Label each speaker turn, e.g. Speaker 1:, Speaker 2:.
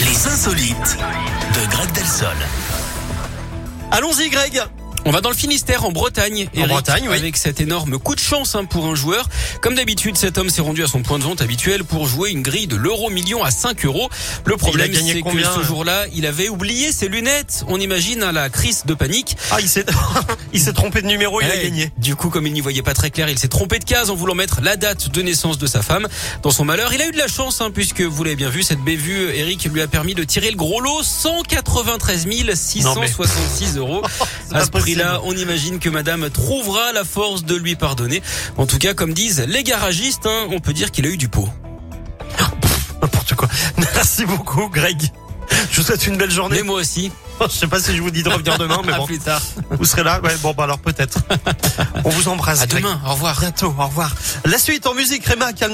Speaker 1: Les insolites de Greg Delsol.
Speaker 2: Allons-y, Greg.
Speaker 3: On va dans le Finistère, en Bretagne.
Speaker 2: En Bretagne, oui.
Speaker 3: Avec cet énorme coup de chance hein, pour un joueur. Comme d'habitude, cet homme s'est rendu à son point de vente habituel pour jouer une grille de l'euro million à 5 euros. Le problème,
Speaker 2: gagné
Speaker 3: c'est que
Speaker 2: combien,
Speaker 3: ce
Speaker 2: hein
Speaker 3: jour-là, il avait oublié ses lunettes. On imagine hein, la crise de panique.
Speaker 2: Ah, il s'est, il s'est trompé de numéro, il a
Speaker 3: Ouais,
Speaker 2: gagné.
Speaker 3: Du coup, comme il n'y voyait pas très clair, il s'est trompé de case en voulant mettre la date de naissance de sa femme. Dans son malheur, il a eu de la chance, hein, puisque vous l'avez bien vu, cette bévue, euh, Eric lui a permis de tirer le gros lot, 193 666 euros.
Speaker 2: C'est
Speaker 3: À
Speaker 2: pas
Speaker 3: ce prix-là,
Speaker 2: possible.
Speaker 3: on imagine que madame trouvera la force de lui pardonner. En tout cas, comme disent les garagistes, hein, on peut dire qu'il a eu du pot.
Speaker 2: N'importe quoi. Merci beaucoup, Greg. Je vous souhaite une belle
Speaker 3: Mais Ah,
Speaker 2: journée.
Speaker 3: moi aussi.
Speaker 2: Je sais pas si je vous dis de revenir demain, mais
Speaker 3: à
Speaker 2: bon,
Speaker 3: plus tard.
Speaker 2: vous serez là. Ouais, bon, bah alors peut-être. On vous embrasse.
Speaker 3: À
Speaker 2: Greg.
Speaker 3: demain. Au revoir.
Speaker 2: À bientôt. Au revoir. La suite en musique, Réma. calme-